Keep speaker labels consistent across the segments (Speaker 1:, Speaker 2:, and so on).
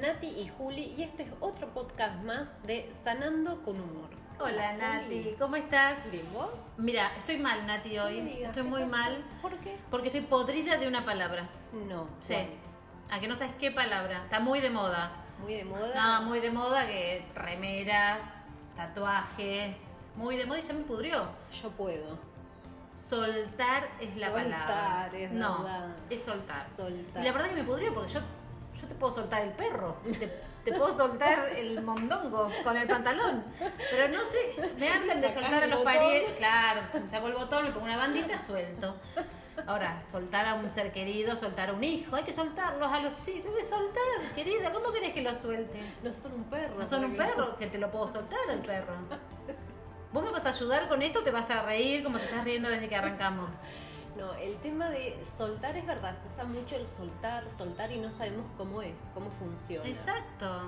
Speaker 1: Nati y Juli y esto es otro podcast más de Sanando con Humor.
Speaker 2: Hola Nati,
Speaker 1: Juli.
Speaker 2: ¿cómo estás?
Speaker 1: ¿Bien vos?
Speaker 2: Mira, estoy mal Nati hoy,
Speaker 1: No me digas,
Speaker 2: estoy
Speaker 1: ¿qué
Speaker 2: muy
Speaker 1: pasó?
Speaker 2: mal
Speaker 1: ¿Por qué?
Speaker 2: porque estoy podrida de una palabra.
Speaker 1: No.
Speaker 2: Sí.
Speaker 1: bueno,
Speaker 2: A que no sabes qué palabra, está muy de moda.
Speaker 1: muy de moda.
Speaker 2: Nada, muy de moda que remeras, tatuajes, muy de moda y ya me pudrió.
Speaker 1: Yo puedo.
Speaker 2: Soltar es la
Speaker 1: Soltar,
Speaker 2: palabra.
Speaker 1: es
Speaker 2: no,
Speaker 1: verdad.
Speaker 2: es soltar.
Speaker 1: Soltar.
Speaker 2: Y la verdad que me pudrió porque yo, yo te puedo soltar el perro, te, te puedo soltar el mondongo con el pantalón. Pero no sé, me hablan de
Speaker 1: Sacás
Speaker 2: soltar a
Speaker 1: el
Speaker 2: los
Speaker 1: botón.
Speaker 2: parientes. Claro, se me saco el botón, me pongo una bandita, suelto. Ahora, soltar a un ser querido, soltar a un hijo, hay que soltarlos a los sí, debes soltar, querida, ¿cómo querés que los suelte?
Speaker 1: No son un perro.
Speaker 2: No son un
Speaker 1: porque-
Speaker 2: perro, que te lo puedo soltar el perro. ¿Vos me vas a ayudar con esto o te vas a reír como te estás riendo desde que arrancamos?
Speaker 1: No, el tema de soltar es verdad, se usa mucho el soltar, soltar y no sabemos cómo es, cómo funciona.
Speaker 2: Exacto.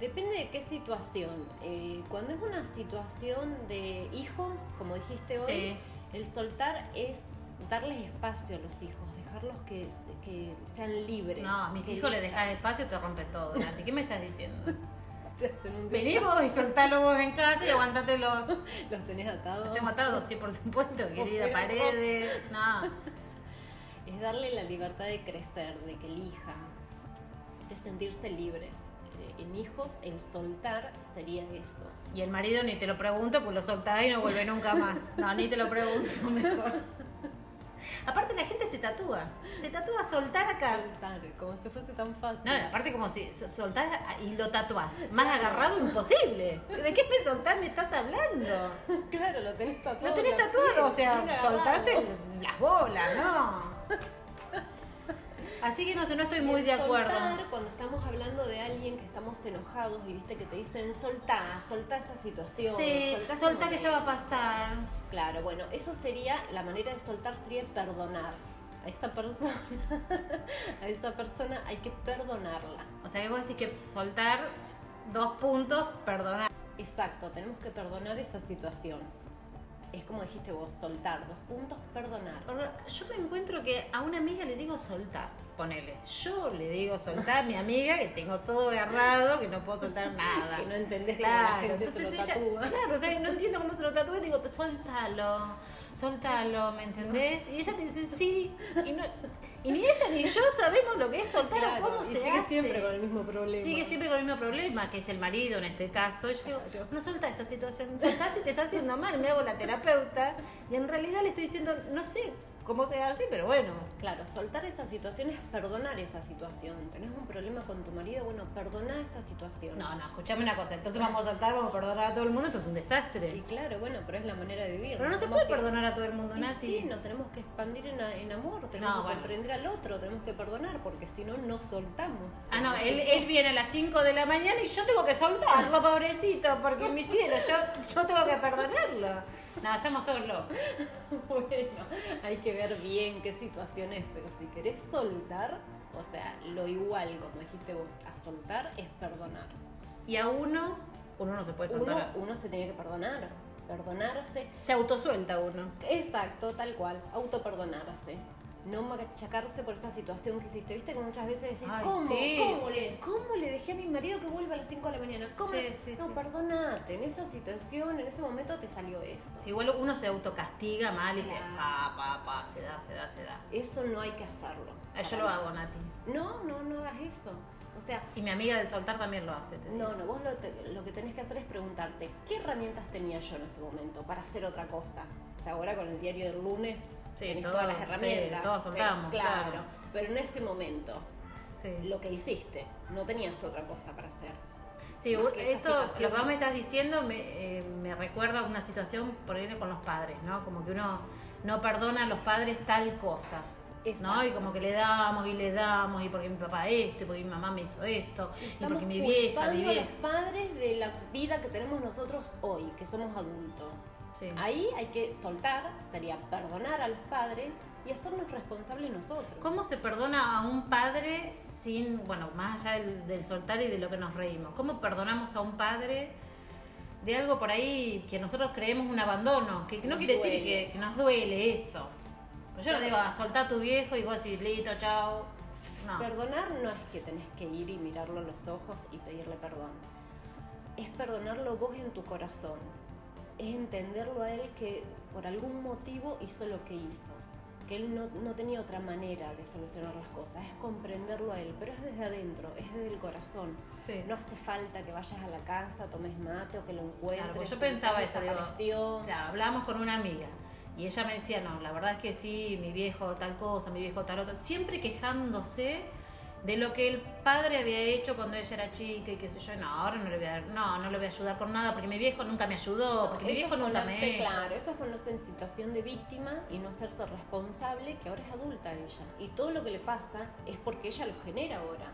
Speaker 1: Depende de qué situación. Eh, cuando es una situación de hijos, como dijiste hoy,
Speaker 2: Sí.
Speaker 1: el soltar es darles espacio a los hijos, dejarlos que, que sean libres.
Speaker 2: No, a mis
Speaker 1: que
Speaker 2: hijos les
Speaker 1: elijan.
Speaker 2: dejas espacio, te rompen todo, Nati. ¿Qué me estás diciendo?
Speaker 1: Te hacen un
Speaker 2: Vení vos y soltalo vos en casa y aguantatelos.
Speaker 1: desastre. Los tenés atados.
Speaker 2: Los tengo atados, sí, por supuesto, querida.
Speaker 1: Pero-
Speaker 2: Paredes. No.
Speaker 1: Es darle la libertad de crecer, de que elijan, de sentirse libres. Eh, En hijos, el soltar sería eso.
Speaker 2: Y el marido ni te lo pregunto, pues lo soltás y no vuelve nunca más. No, ni te lo pregunto, mejor. Aparte, la gente se tatúa. Se tatúa soltar acá.
Speaker 1: Soltar, como si fuese tan fácil.
Speaker 2: No, aparte como si so- soltás y lo tatuás. Más agarrado imposible. ¿De qué me soltás me estás hablando?
Speaker 1: Claro, lo tenés tatuado.
Speaker 2: Lo tenés
Speaker 1: en la
Speaker 2: tatuado, o
Speaker 1: piel,
Speaker 2: sea,
Speaker 1: bien agarrado.
Speaker 2: soltarte las bolas, ¿no? Así que no sé, no estoy muy
Speaker 1: El
Speaker 2: de acuerdo.
Speaker 1: Soltar, cuando estamos hablando de alguien que estamos enojados y viste que te dicen soltá, soltá esa situación.
Speaker 2: Sí,
Speaker 1: soltá ese
Speaker 2: solta que
Speaker 1: momento".
Speaker 2: ya va a pasar.
Speaker 1: Claro, bueno, eso sería, la manera de soltar sería perdonar a esa persona. a esa persona hay que perdonarla.
Speaker 2: O sea, que vos decís que soltar dos puntos, perdonar.
Speaker 1: Exacto, tenemos que perdonar esa situación. Es como dijiste vos, soltar, dos puntos, perdonar.
Speaker 2: Ahora, Yo me encuentro que a una amiga le digo soltar, ponele. Yo le digo soltar a mi amiga que tengo todo agarrado, que no puedo soltar nada.
Speaker 1: Que no entendés cómo la
Speaker 2: Claro,
Speaker 1: gente
Speaker 2: entonces
Speaker 1: se lo
Speaker 2: ella,
Speaker 1: tatúa.
Speaker 2: claro, o sea, no entiendo cómo se lo tatúa y digo, pues soltalo, soltalo, ¿me entendés? Y ella te dice, sí, y, no- y ni ella ni yo sabemos lo que es soltar
Speaker 1: Claro,
Speaker 2: o cómo
Speaker 1: y
Speaker 2: se
Speaker 1: sigue
Speaker 2: hace.
Speaker 1: siempre con el mismo problema.
Speaker 2: Sigue siempre con el mismo problema, que es el marido en este caso. Yo digo, no solta esa situación, soltá si te está haciendo mal, me hago la terapeuta. Y en realidad le estoy diciendo, no sé cómo se hace, pero bueno.
Speaker 1: Claro, soltar esa situación es perdonar esa situación. Tenés un problema con tu marido, bueno, perdona esa situación.
Speaker 2: No, no, escuchame una cosa, entonces vamos a soltar, vamos a perdonar a todo el mundo, esto es un
Speaker 1: Y
Speaker 2: desastre.
Speaker 1: claro, bueno, pero es la manera de vivir.
Speaker 2: Pero no se
Speaker 1: Tenemos
Speaker 2: puede
Speaker 1: que-
Speaker 2: perdonar a todo el mundo,
Speaker 1: Y
Speaker 2: Nati.
Speaker 1: sí, nos tenemos que expandir en, a- en amor, tenemos
Speaker 2: No,
Speaker 1: que
Speaker 2: bueno.
Speaker 1: comprender al otro, tenemos que perdonar, porque si no, no soltamos.
Speaker 2: Ah, no, él, él viene a las 5 de la mañana y yo tengo que soltarlo, pobrecito, porque mi cielo, yo, yo tengo que perdonarlo. No, estamos todos locos.
Speaker 1: Bueno, hay que ver bien qué situación es, pero si querés soltar, o sea, lo igual, como dijiste vos, a soltar es perdonar.
Speaker 2: Y a uno, uno no se puede
Speaker 1: Uno,
Speaker 2: soltar.
Speaker 1: uno se tiene que perdonar, perdonarse,
Speaker 2: Se autosuelta uno.
Speaker 1: Exacto, tal cual, autoperdonarse. No machacarse por esa situación que hiciste. Viste que muchas veces decís,
Speaker 2: Ay,
Speaker 1: ¿cómo?
Speaker 2: sí,
Speaker 1: ¿Cómo,
Speaker 2: sí.
Speaker 1: Le, cómo le dejé a mi marido que vuelva a las 5 de la mañana? ¿Cómo
Speaker 2: Sí,
Speaker 1: le-
Speaker 2: sí,
Speaker 1: no,
Speaker 2: sí.
Speaker 1: perdonate. En esa situación, en ese momento te salió eso.
Speaker 2: Sí, Igual uno se autocastiga mal y dice,
Speaker 1: Claro.
Speaker 2: pa, pa, pa, se da, se da, se da.
Speaker 1: Eso no hay que hacerlo.
Speaker 2: Ah, Yo lo hago, Nati.
Speaker 1: No, no, no hagas eso. O sea,
Speaker 2: Y mi amiga del soltar también lo hace. te digo.
Speaker 1: no, no, vos lo, te- lo que tenés que hacer es preguntarte, ¿qué herramientas tenía yo en ese momento para hacer otra cosa? O sea, ahora con el diario del lunes
Speaker 2: Sí,
Speaker 1: tenés
Speaker 2: todo-
Speaker 1: todas las
Speaker 2: sí,
Speaker 1: herramientas.
Speaker 2: todos soltamos,
Speaker 1: Pero-
Speaker 2: claro.
Speaker 1: claro. Pero en ese momento,
Speaker 2: Sí.
Speaker 1: lo que hiciste. No tenías otra cosa para hacer.
Speaker 2: Sí,
Speaker 1: Más que esa
Speaker 2: eso,
Speaker 1: situación.
Speaker 2: lo que vos me estás diciendo me, eh, me recuerda a una situación por ahí con los padres, ¿no? Como que uno no perdona a los padres tal cosa, ¿no? Y
Speaker 1: Exacto.
Speaker 2: como que le damos y le damos, y porque mi papá esto, y porque mi mamá me hizo esto, y
Speaker 1: Estamos
Speaker 2: porque mi vieja,
Speaker 1: culpando
Speaker 2: mi
Speaker 1: a los
Speaker 2: vieja.
Speaker 1: padres de la vida que tenemos nosotros hoy, que somos adultos.
Speaker 2: Sí.
Speaker 1: Ahí hay que soltar, sería perdonar a los padres y hacernos responsables nosotros.
Speaker 2: ¿Cómo se perdona a un padre sin, bueno, más allá del, del soltar y de lo que nos reímos? ¿Cómo perdonamos a un padre de algo por ahí que nosotros creemos un abandono? Que, que no
Speaker 1: Nos
Speaker 2: quiere decir
Speaker 1: duele.
Speaker 2: Pues que, que nos duele eso. Pero yo no digo, ah, soltá a tu viejo y vos decís, listo, chao. No.
Speaker 1: Perdonar no es que tenés que ir y mirarlo a los ojos y pedirle perdón. Es perdonarlo vos en tu corazón. Es entenderlo a él que por algún motivo hizo lo que hizo. Que él no, no tenía otra manera de solucionar las cosas. Es comprenderlo a él, pero es desde adentro, es desde el corazón.
Speaker 2: Sí.
Speaker 1: No hace falta que vayas a la casa, tomes mate o que lo encuentres.
Speaker 2: Claro, porque yo
Speaker 1: si
Speaker 2: pensaba eso, digo,
Speaker 1: desapareció.
Speaker 2: Claro, hablábamos con una amiga y ella me decía, no, la verdad es que sí, mi viejo tal cosa, mi viejo tal otra, siempre quejándose de lo que el padre había hecho cuando ella era chica y qué sé yo, no, ahora no le voy a, no, no le voy a ayudar con nada porque mi viejo nunca me ayudó, porque mi
Speaker 1: Eso
Speaker 2: viejo
Speaker 1: es
Speaker 2: nunca
Speaker 1: ponerse-
Speaker 2: me...
Speaker 1: Claro, eso es ponerse en situación de víctima y no hacerse responsable, que ahora es adulta ella. Y todo lo que le pasa es porque ella lo genera ahora.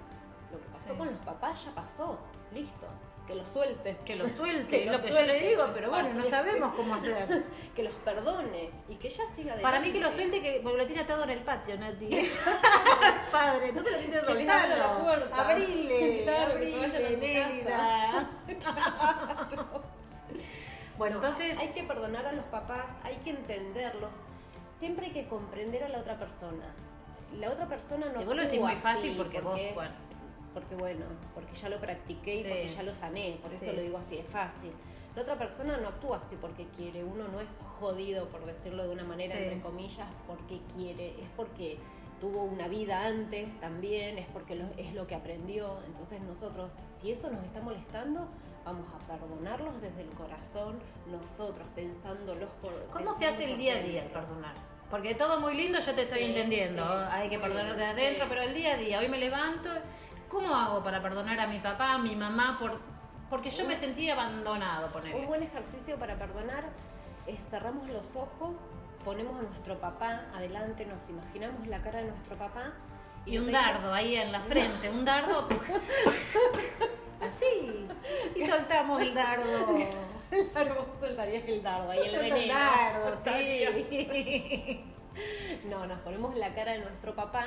Speaker 1: Lo que pasó
Speaker 2: Sí.
Speaker 1: con los papás ya pasó. Listo. Que lo suelte.
Speaker 2: Que lo suelte,
Speaker 1: Que
Speaker 2: es
Speaker 1: lo
Speaker 2: lo que yo
Speaker 1: suelte.
Speaker 2: le digo, pero bueno, no
Speaker 1: Vale.
Speaker 2: sabemos cómo hacer.
Speaker 1: Que los perdone y que ella siga adelante.
Speaker 2: Para mí que lo suelte, que, porque lo tiene atado en el patio, Nati. Padre, entonces lo dice
Speaker 1: Que le abra
Speaker 2: soltando.
Speaker 1: la puerta.
Speaker 2: Abrile,
Speaker 1: Claro, que se
Speaker 2: abrile,
Speaker 1: vayan a su
Speaker 2: negra. bueno, entonces,
Speaker 1: Hay que perdonar a los papás, hay que entenderlos. Siempre hay que comprender a la otra persona. La otra persona no
Speaker 2: si vos lo decís
Speaker 1: actúa
Speaker 2: muy fácil
Speaker 1: así,
Speaker 2: porque, vos,
Speaker 1: es-
Speaker 2: bueno,
Speaker 1: porque bueno, porque ya lo practiqué y
Speaker 2: Sí.
Speaker 1: porque ya lo sané, por
Speaker 2: Sí.
Speaker 1: eso lo digo así, es fácil. La otra persona no actúa así porque quiere, uno no es jodido, por decirlo de una manera,
Speaker 2: Sí.
Speaker 1: entre comillas, porque quiere, es porque tuvo una vida antes también, es porque lo- es lo que aprendió. Entonces nosotros, si eso nos está molestando, vamos a perdonarlos desde el corazón, nosotros pensándolos por...
Speaker 2: ¿cómo se hace el
Speaker 1: pensándolos
Speaker 2: día a
Speaker 1: por
Speaker 2: día el
Speaker 1: dentro.
Speaker 2: perdonar? Porque todo muy lindo, yo te estoy
Speaker 1: Sí,
Speaker 2: entendiendo.
Speaker 1: sí,
Speaker 2: Hay que
Speaker 1: muy
Speaker 2: perdonar de
Speaker 1: bien,
Speaker 2: adentro,
Speaker 1: sí.
Speaker 2: pero el día a día, hoy me levanto. ¿Cómo hago para perdonar a mi papá, a mi mamá? Por, porque yo me sentí abandonado, por
Speaker 1: Un buen ejercicio para perdonar es cerramos los ojos, ponemos a nuestro papá adelante, nos imaginamos la cara de nuestro papá
Speaker 2: Y un
Speaker 1: lo tenemos-
Speaker 2: dardo ahí en la frente, un dardo. Así. Y soltamos el dardo.
Speaker 1: Claro, vos soltarías el dardo ahí,
Speaker 2: Yo
Speaker 1: el
Speaker 2: suelto el
Speaker 1: veneno.
Speaker 2: dardo,
Speaker 1: Soltarías.
Speaker 2: sí.
Speaker 1: No, nos ponemos la cara de nuestro papá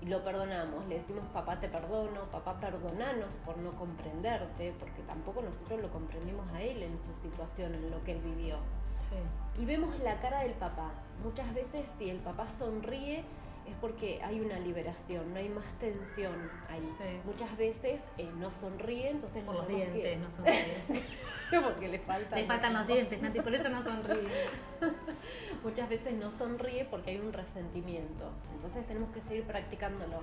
Speaker 1: y lo perdonamos. Le decimos, papá, te perdono, papá, perdonanos por no comprenderte, porque tampoco nosotros lo comprendimos a él en su situación, en lo que él vivió.
Speaker 2: Sí.
Speaker 1: y vemos la cara del papá. Muchas veces si el papá sonríe es porque hay una liberación, no hay más tensión ahí.
Speaker 2: Sí.
Speaker 1: Muchas veces eh, no sonríe, entonces
Speaker 2: Por los
Speaker 1: vemos que-
Speaker 2: dientes, no sonríe.
Speaker 1: porque le faltan,
Speaker 2: Le faltan los dientes, Nati, por eso no sonríe.
Speaker 1: Muchas veces no sonríe porque hay un resentimiento. Entonces tenemos que seguir practicándolo.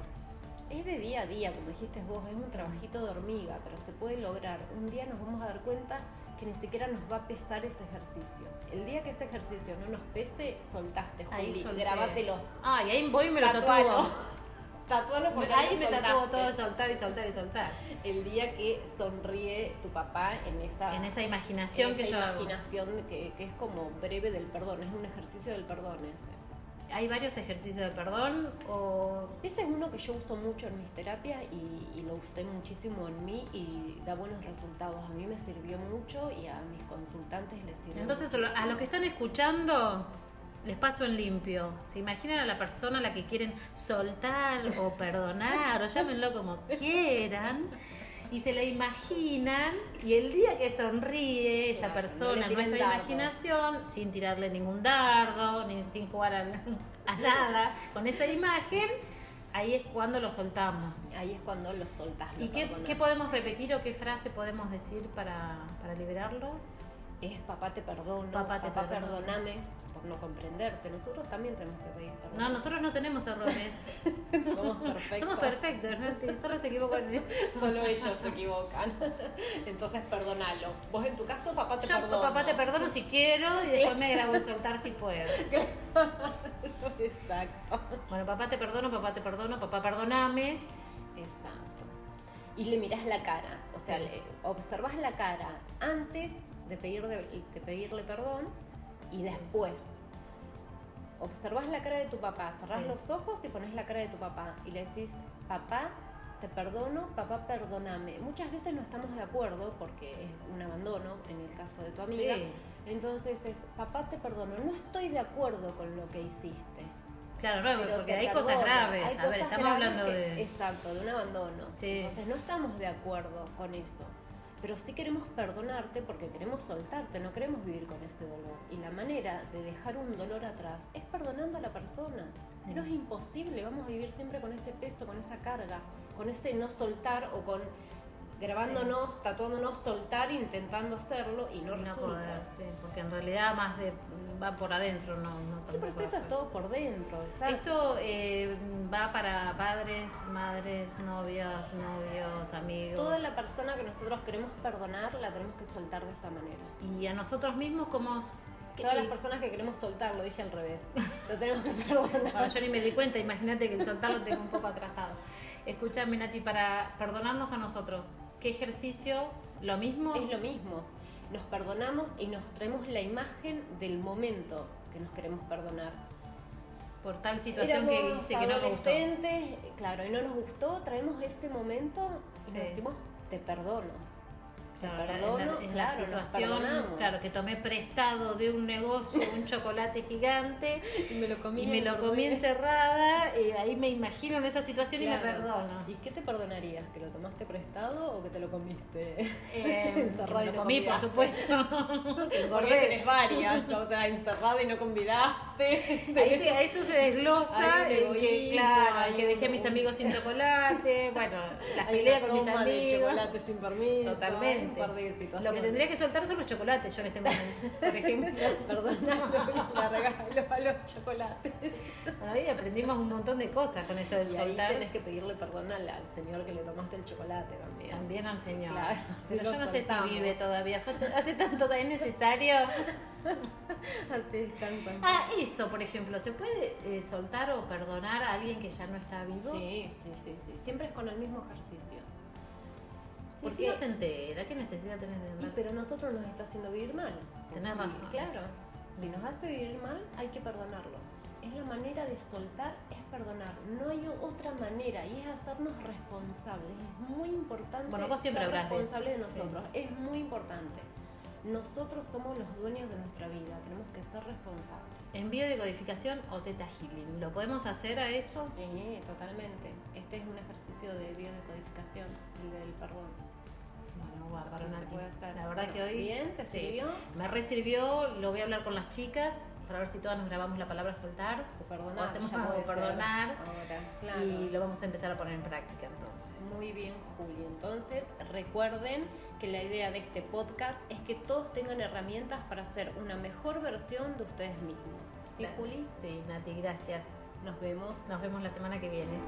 Speaker 1: Es de día a día, como dijiste vos, es un trabajito de hormiga, pero se puede lograr. Un día nos vamos a dar cuenta que ni siquiera nos va a pesar ese ejercicio. El día que ese ejercicio no nos pese, soltaste,
Speaker 2: Ahí
Speaker 1: Juli,
Speaker 2: solté.
Speaker 1: grabátelo.
Speaker 2: Ah, y ahí voy y me lo
Speaker 1: Tatualo.
Speaker 2: tatúo.
Speaker 1: Tatualo porque
Speaker 2: Ahí
Speaker 1: lo
Speaker 2: me tatúo
Speaker 1: soltaste.
Speaker 2: todo de soltar y soltar y soltar.
Speaker 1: El día que sonríe tu papá en esa,
Speaker 2: En esa
Speaker 1: en
Speaker 2: imaginación
Speaker 1: esa
Speaker 2: que yo hago.
Speaker 1: imaginación que, que es como breve del perdón, es un ejercicio del perdón ese.
Speaker 2: Hay varios ejercicios de perdón o.
Speaker 1: Ese es uno que yo uso mucho en mis terapias y, y lo usé muchísimo en mí y da buenos resultados. A mí me sirvió mucho y a mis consultantes les sirvió.
Speaker 2: Entonces, a lo- a los que están escuchando, les paso en limpio. ¿Se imaginan a la persona a la que quieren soltar o perdonar o llámenlo como quieran? Y se la imaginan, y el día que sonríe esa
Speaker 1: Claro, no le
Speaker 2: persona en
Speaker 1: tiren
Speaker 2: nuestra
Speaker 1: dardo.
Speaker 2: imaginación, sin tirarle ningún dardo, ni sin jugar al- a, nada, con esa imagen, ahí es cuando lo soltamos.
Speaker 1: ahí es cuando lo soltás. lo
Speaker 2: ¿Y qué,
Speaker 1: perdonás.
Speaker 2: qué podemos repetir o qué frase podemos decir para, para liberarlo?
Speaker 1: es papá te perdono,
Speaker 2: Papá te perdono.
Speaker 1: perdóname por no comprenderte. Nosotros también tenemos que pedir perdón.
Speaker 2: No, nosotros no tenemos errores.
Speaker 1: somos perfectos.
Speaker 2: Somos perfectos, ¿no? solo se equivocan. Yo,
Speaker 1: Solo ellos se equivocan. Entonces perdonalo. Vos en tu caso, papá te perdono.
Speaker 2: papá, te perdono si quiero y después me grabo en soltar si puedo.
Speaker 1: Exacto.
Speaker 2: Bueno, papá, te perdono, papá, te perdono, papá, perdoname.
Speaker 1: Exacto. Y le mirás la cara, o sea,
Speaker 2: Sí.
Speaker 1: le observás la cara antes de, pedir de- de pedirle perdón y después. Observás la cara de tu papá, cerrás
Speaker 2: Sí.
Speaker 1: los ojos y pones la cara de tu papá y le decís, papá, te perdono, papá, perdóname. Muchas veces no estamos de acuerdo porque es un abandono en el caso de tu amiga.
Speaker 2: Sí.
Speaker 1: Entonces es, papá, te perdono, no estoy de acuerdo con lo que hiciste.
Speaker 2: Claro, no,
Speaker 1: Pero
Speaker 2: porque
Speaker 1: te
Speaker 2: hay cosas
Speaker 1: perdono.
Speaker 2: graves.
Speaker 1: Hay
Speaker 2: a ver,
Speaker 1: cosas
Speaker 2: estamos
Speaker 1: graves
Speaker 2: hablando
Speaker 1: que-
Speaker 2: de.
Speaker 1: Exacto, de un abandono.
Speaker 2: Sí.
Speaker 1: Entonces no estamos de acuerdo con eso. Pero sí queremos perdonarte porque queremos soltarte, no queremos vivir con ese dolor. Y la manera de dejar un dolor atrás es perdonando a la persona. Si no es imposible, vamos a vivir siempre con ese peso, con esa carga, con ese no soltar o con grabándonos, tatuándonos, soltar, intentando hacerlo y no,
Speaker 2: no
Speaker 1: resulta.
Speaker 2: poder, sí, porque en realidad más de, va por adentro, no, no
Speaker 1: El
Speaker 2: tampoco
Speaker 1: Este proceso es
Speaker 2: afuera.
Speaker 1: todo por dentro, exacto.
Speaker 2: Esto eh, va para padres, madres, novias, novios, amigos.
Speaker 1: Toda la persona que nosotros queremos perdonar la tenemos que soltar de esa manera.
Speaker 2: Y a nosotros mismos como...
Speaker 1: Todas las personas que queremos soltar, lo dije al revés, lo tenemos que perdonar.
Speaker 2: Bueno, yo ni me di cuenta, imagínate que el soltar lo tengo un poco atrasado. Escúchame, Nati, para perdonarnos a nosotros, ¿qué ejercicio? ¿Lo mismo?
Speaker 1: Es lo mismo. Nos perdonamos y nos traemos la imagen del momento que nos queremos perdonar.
Speaker 2: Por tal situación que
Speaker 1: Éramos
Speaker 2: hice que no me gustó.
Speaker 1: adolescentes, claro, y no nos gustó, traemos ese momento y
Speaker 2: Sí.
Speaker 1: nos decimos, te perdono.
Speaker 2: Claro, la-
Speaker 1: perdono,
Speaker 2: en la, en la
Speaker 1: claro, nos
Speaker 2: situación,
Speaker 1: perdonamos.
Speaker 2: claro, que tomé prestado de un negocio un chocolate gigante
Speaker 1: Y me lo comí.
Speaker 2: y me lo comí encerrada, y ahí me imagino en esa situación y me
Speaker 1: Claro.
Speaker 2: perdono.
Speaker 1: ¿Y qué te perdonarías? ¿Que lo tomaste prestado o que te lo comiste?
Speaker 2: Eh,
Speaker 1: Encerrada y
Speaker 2: lo
Speaker 1: no
Speaker 2: comí, por
Speaker 1: comida.
Speaker 2: supuesto.
Speaker 1: Porque tenés varias, o sea, encerrada y no convidaste.
Speaker 2: Ahí te- a eso se desglosa
Speaker 1: Hay un
Speaker 2: en que,
Speaker 1: egoísmo,
Speaker 2: claro,
Speaker 1: hay
Speaker 2: en que
Speaker 1: un-
Speaker 2: dejé a mis amigos sin chocolate, bueno, las
Speaker 1: Hay
Speaker 2: peleas
Speaker 1: una
Speaker 2: con mis
Speaker 1: toma de
Speaker 2: amigos.
Speaker 1: chocolate sin permiso. hay Un
Speaker 2: Totalmente.
Speaker 1: par de situaciones.
Speaker 2: Lo que tendría que soltar son los chocolates, yo en este momento, por ejemplo.
Speaker 1: Perdoname, los a los chocolates.
Speaker 2: Bueno, ahí aprendimos un montón de cosas con esto del
Speaker 1: Y ahí
Speaker 2: soltar.
Speaker 1: tenés que pedirle perdón al, al señor que le tomaste el chocolate también.
Speaker 2: También al Señor.
Speaker 1: Claro,
Speaker 2: Pero
Speaker 1: si
Speaker 2: yo
Speaker 1: lo
Speaker 2: no sé si
Speaker 1: soltamos.
Speaker 2: vive todavía. Fue t- hace tantos años ¿es necesario.
Speaker 1: Así descansan.
Speaker 2: Ah, eso, por ejemplo, ¿se puede eh, soltar o perdonar a alguien que ya no está vivo?
Speaker 1: Sí, sí, sí, sí. Siempre es con el mismo ejercicio.
Speaker 2: Porque si
Speaker 1: Porque-
Speaker 2: no se entera, ¿qué necesidad tenés de
Speaker 1: Y,
Speaker 2: andar?
Speaker 1: pero a nosotros nos está haciendo vivir mal.
Speaker 2: Tenés
Speaker 1: Sí,
Speaker 2: razón.
Speaker 1: Claro. Si nos hace vivir mal, hay que perdonarlos. Es la manera de soltar, es perdonar. No hay o- otra manera y es hacernos responsables. Es muy importante
Speaker 2: Bueno, vos siempre
Speaker 1: ser
Speaker 2: hablás de eso,
Speaker 1: responsables de,
Speaker 2: sí.
Speaker 1: nosotros. Es muy importante. Nosotros somos los dueños de nuestra vida. Tenemos que ser responsables.
Speaker 2: Envío de codificación o teta healing. ¿Lo podemos hacer a eso?
Speaker 1: Sí, Eh, totalmente. Este es un ejercicio de biodecodificación, el del perdón.
Speaker 2: Bueno, bárbaro,
Speaker 1: que se
Speaker 2: Nati.
Speaker 1: puede hacer.
Speaker 2: La verdad que hoy.
Speaker 1: Bien, ¿te
Speaker 2: sí.
Speaker 1: sirvió?
Speaker 2: Me resirvió, lo voy a hablar con las chicas para ver si todas nos grabamos la palabra soltar.
Speaker 1: O perdonar.
Speaker 2: O hacemos
Speaker 1: ya
Speaker 2: como
Speaker 1: puede ser
Speaker 2: perdonar.
Speaker 1: Ahora, claro.
Speaker 2: Y lo vamos a empezar a poner en práctica entonces.
Speaker 1: Muy bien, Juli. Entonces, recuerden que la idea de este podcast es que todos tengan herramientas para ser una mejor versión de ustedes mismos. ¿Sí,
Speaker 2: Dale.
Speaker 1: Juli?
Speaker 2: Sí, Nati, gracias.
Speaker 1: Nos vemos.
Speaker 2: Nos vemos la semana que viene.